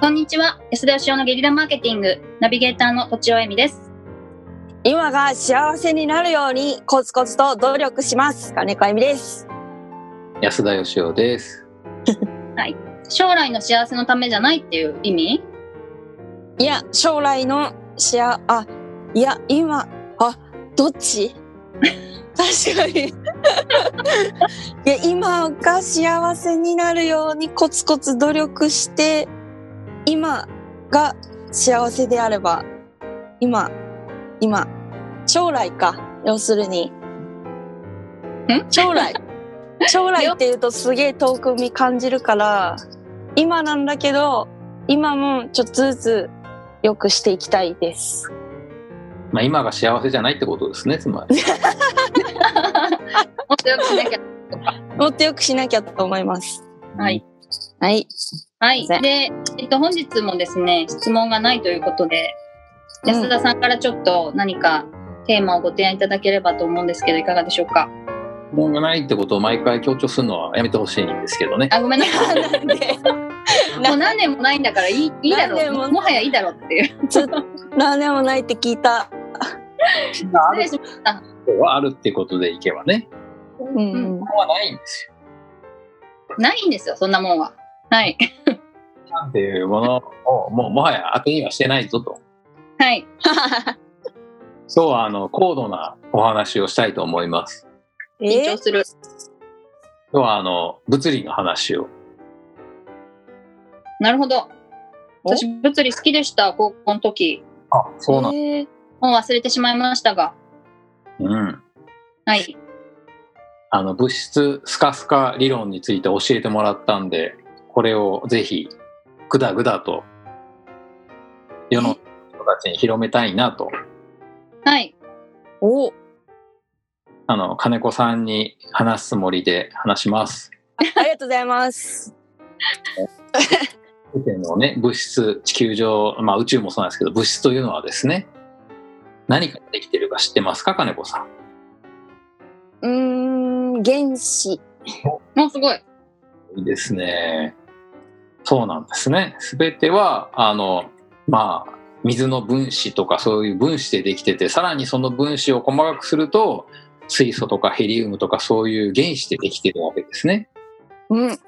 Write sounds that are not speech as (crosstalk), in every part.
こんにちは安田義生のゲリラマーケティングナビゲーターの土地尾恵美です今が幸せになるようにコツコツと努力します金子恵美です安田義生です。将来の幸せのためじゃないっていう意 (laughs) 味いや将来のしああいや今あどっち (laughs) 確かに (laughs) いや今が幸せになるようにコツコツ努力して今が幸せであれば今今将来か要するにん将来将来っていうとすげえ遠くに感じるから今なんだけど今もちょっとずつ良くしていきたいです。まあ、今が幸せじゃないってことですね、つま (laughs) り。もっとよくしなきゃもっと良くしなきゃと思います。はい。はい。はいすいませんで、えっと、本日もですね質問がないということで安田さんからちょっと何かテーマをご提案いただければと思うんですけどいかがでしょうかもうないってことを毎回強調するのはやめてほしいんですけどね。あごめんなさいなんで、もう何年もないんだからいいいいだろう (laughs) 何年ももはやいいだろうっていうずっと (laughs) 何でもないって聞いた。あ失礼るしましたことはあるってことでいけばね。うんうん。ここはないんですよ。ないんですよそんなもんははいなんていうものをもうもはや当てにはしてないぞと。はい今日はあの高度なお話をしたいと思います。緊張する今日はあの物理の話を。なるほどお私物理好きでした高校の時あ、そうなん。えーもう忘れてしまいましたがうん。はいあの物質スカスカ理論について教えてもらったんで、これをぜひグダグダと世の人たちに広めたいなと。はいおあの金子さんに話すつもりで話します。ありがとうございます。宇宙のね物質地球上、まあ、宇宙もそうなんですけど物質というのはですね何からできてるか知ってますか金子さん。うーん、原子。もうすごいいいですね。そうなんですね。すべてはあのまあ水の分子とかそういう分子でできててさらにその分子を細かくすると水素とかヘリウムとかそういう原子でできてるわけですね。うん。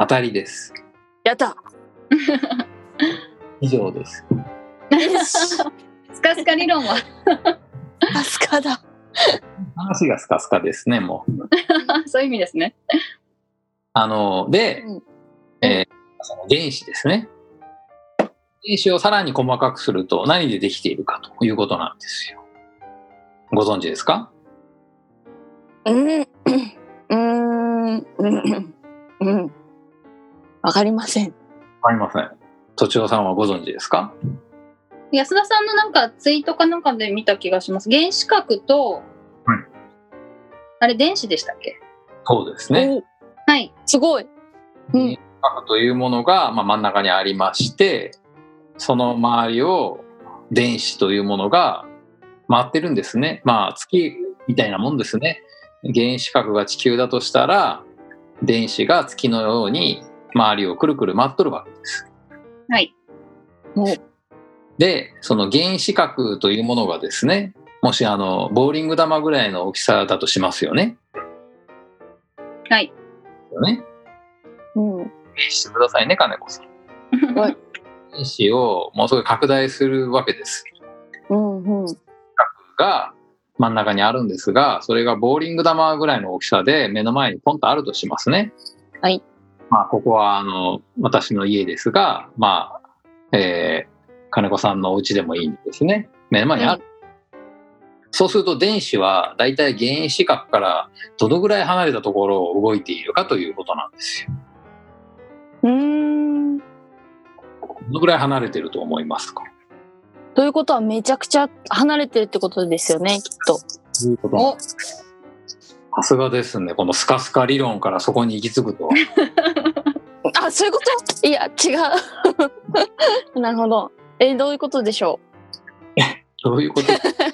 当たりです。やった。以上です。よし。スカスカ理論はアスカだ。話がスカスカですねも (laughs) う。そういう意味ですねあの、で、うんえーその原子ですね。原子をさらに細かくすると何でできているかということなんですよ。ご存知ですかうん。うーん。うんうん。わかりません。わかりません。とちおさんはご存知ですか安田さんのなんかツイートかなんかで見た気がします原子核と、はいあれ電子でしたっけそうですね。はいすごい。うん原子核というものが、まあ、真ん中にありまして、その周りを電子というものが回ってるんですね。まあ、月みたいなもんですね。原子核が地球だとしたら、電子が月のように周りをくるくる回っとるわけです。はいで、その原子核というものがですね、もしあの、ボーリング玉ぐらいの大きさだとしますよね。はいね。うん。原子してくださいね、金子さん。はい原子をもうすごい拡大するわけです。うん。うん。が真ん中にあるんですがそれがボーリング玉ぐらいの大きさで目の前にポンとあるとしますね。はい。まあここはあの私の家ですがまあ、えー金子さんのお家でもいいんですね。目の前にある。そうすると電子はだいたい原子核からどのぐらい離れたところを動いているかということなんですよ。うーん。どのぐらい離れてると思いますかということはめちゃくちゃ離れてるってことですよね、きっと。おさすがですね。このスカスカ理論からそこに行き着 (laughs) くとは。あ、そういうこといや、違う。 (laughs) なるほど。え、どういうことでしょどういうこと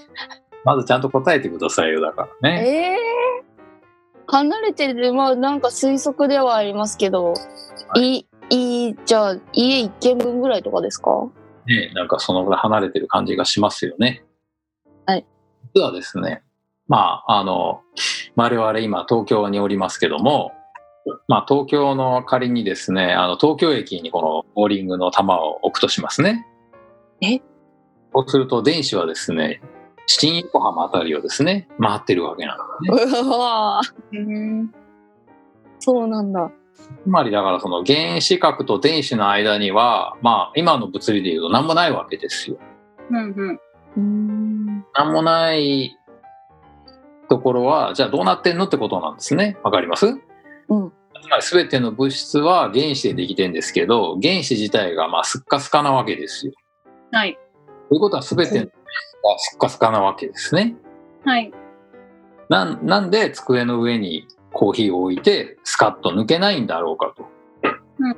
(laughs) まずちゃんと答えてくださいよだからうね。えー、離れてる、まあなんか推測ではありますけど、い、いい、じゃあ、家一軒分ぐらいとかですかね、なんかそのぐらい離れてる感じがしますよね。はい。実はですね、まあ、あの、我々今東京におりますけども、まあ東京の仮にですね、あの東京駅にこのボーリングの球を置くとしますね。えそうすると電子はですね、新横浜あたりをですね、回ってるわけなの。うわーうんそうなんだ。つまりだからその原子核と電子の間には、まあ今の物理でいうと何もないわけですよ。うんうんうん。なんもないところは、じゃあどうなってんのってことなんですね。わかりますうんつまり全ての物質は原子でできてんですけど、原子自体がまあスッカスカなわけですよ。はいということは全ての物質がスッカスカなわけですね。はいなんなんで机の上にコーヒーを置いてスカッと抜けないんだろうかと。うん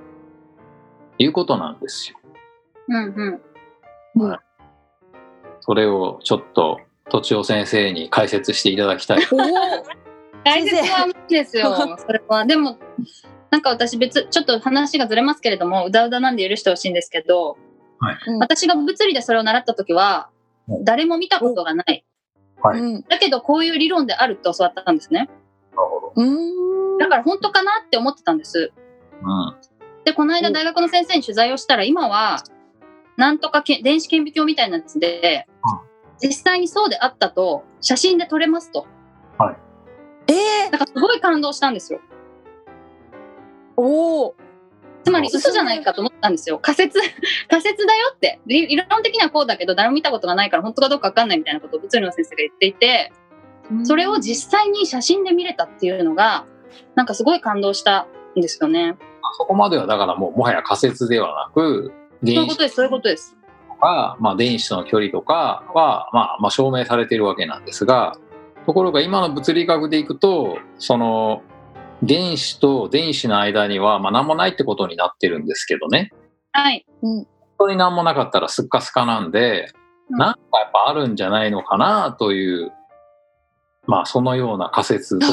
いうことなんですよ。うんうんそれをちょっと、とちお先生に解説していただきたい。おお。大切は無理ですよ (laughs) それはでもなんか私別ちょっと話がずれますけれどもうだうだなんで許してほしいんですけど、うん (laughs) 私が物理でそれを習った時はは誰も見たことがないはいうん。だけどこういう理論であるって教わったんですねうん。だから本当かなって思ってたんですうん。でこの間大学の先生に取材をしたら今はなんとかけ電子顕微鏡みたいなやつで実際にそうであったと写真で撮れますとええだからすごい感動したんですよおお。つまり嘘じゃないかと思ったんですよ仮説 (laughs) 仮説だよって理理論的にはこうだけど誰も見たことがないから本当かどうか分かんないみたいなことを物理の先生が言っていてそれを実際に写真で見れたっていうのがなんかすごい感動したんですよねそこまではだからもうもはや仮説ではなく、そうい原うこ子とですそういうことですとか、まあ、電子との距離とかは、まあ、まあ証明されているわけなんですがところが今の物理学でいくとその原子と電子の間には、まあ、何もないってことになってるんですけどねはい本当に何もなかったらすっかすかなんで、うんなんかやっぱあるんじゃないのかなという、まあ、そのような仮説と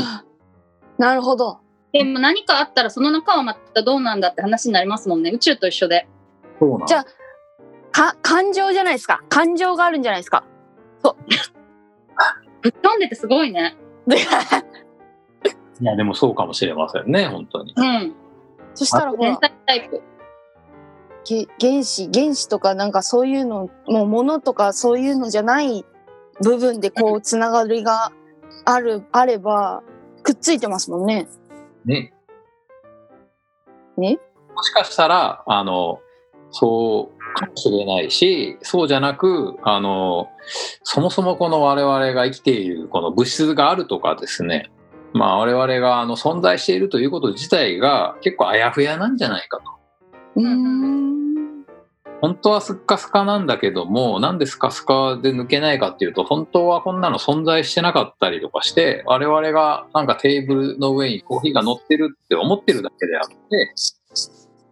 なるほど。でも何かあったらその中はまたどうなんだって話になりますもんね宇宙と一緒でそうなんじゃあか感情じゃないですか。感情があるんじゃないですか。ぶっ飛んでてすごいねいやでもそうかもしれませんね本当に。うん (laughs) そしたらほ天ら才タイプげ原子原子とかなんかそういうのもう物とかそういうのじゃない部分でこうつながりがあるあればくっついてますもんね。ね。ねもしかしたら、あの、そうかもしれないし、そうじゃなく、あの、そもそもこの我々が生きているこの物質があるとかですね、まあ我々があの存在しているということ自体が結構あやふやなんじゃないかと。うーん。本当はスッカスカなんだけども、なんでスカスカで抜けないかっていうと、本当はこんなの存在してなかったりとかして、我々がなんかテーブルの上にコーヒーが乗ってるって思ってるだけであって、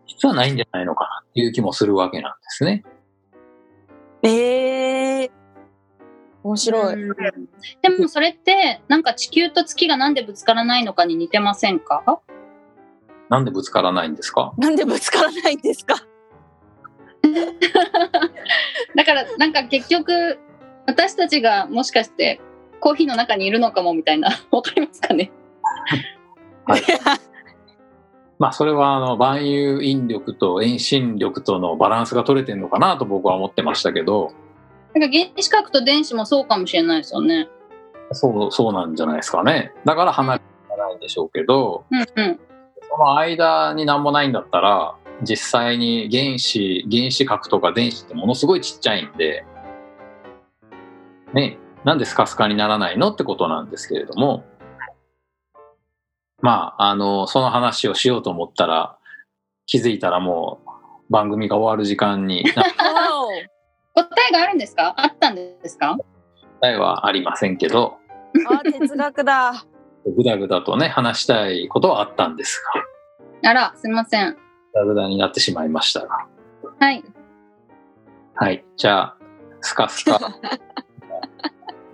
実はないんじゃないのかなっていう気もするわけなんですね。ええー。面白い。うんでもそれってなんか地球と月がなんでぶつからないのかに似てませんかなんでぶつからないんですかなんでぶつからないんですか。だからなんか結局私たちがもしかしてコーヒーの中にいるのかもみたいな (laughs) わかりますかねはいまあそれはあの万有引力と遠心力とのバランスが取れてるのかなと僕は思ってましたけど、なんか原子核と電子もそうかもしれないですよねそう、そうなんじゃないですかね。だから離れがないんでしょうけど、うんうんその間に何もないんだったら実際に原子原子核とか電子ってものすごいちっちゃいんで、ね、なんでスカスカにならないのってことなんですけれどもまああのその話をしようと思ったら気づいたらもう番組が終わる時間になっ (laughs) わお。答えがあるんですかあったんですかたいはありませんけどあー哲学 (laughs) だ。ぐだぐだとね話したいことはあったんですがあらすいませんぐだぐだになってしまいましたが。はいはい。じゃあ、スカス (laughs) カ。本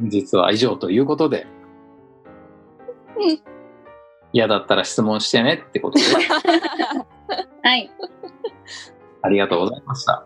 日は以上ということでうん。嫌だったら質問してねってことで。はいありがとうございました。あ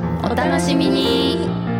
お楽しみに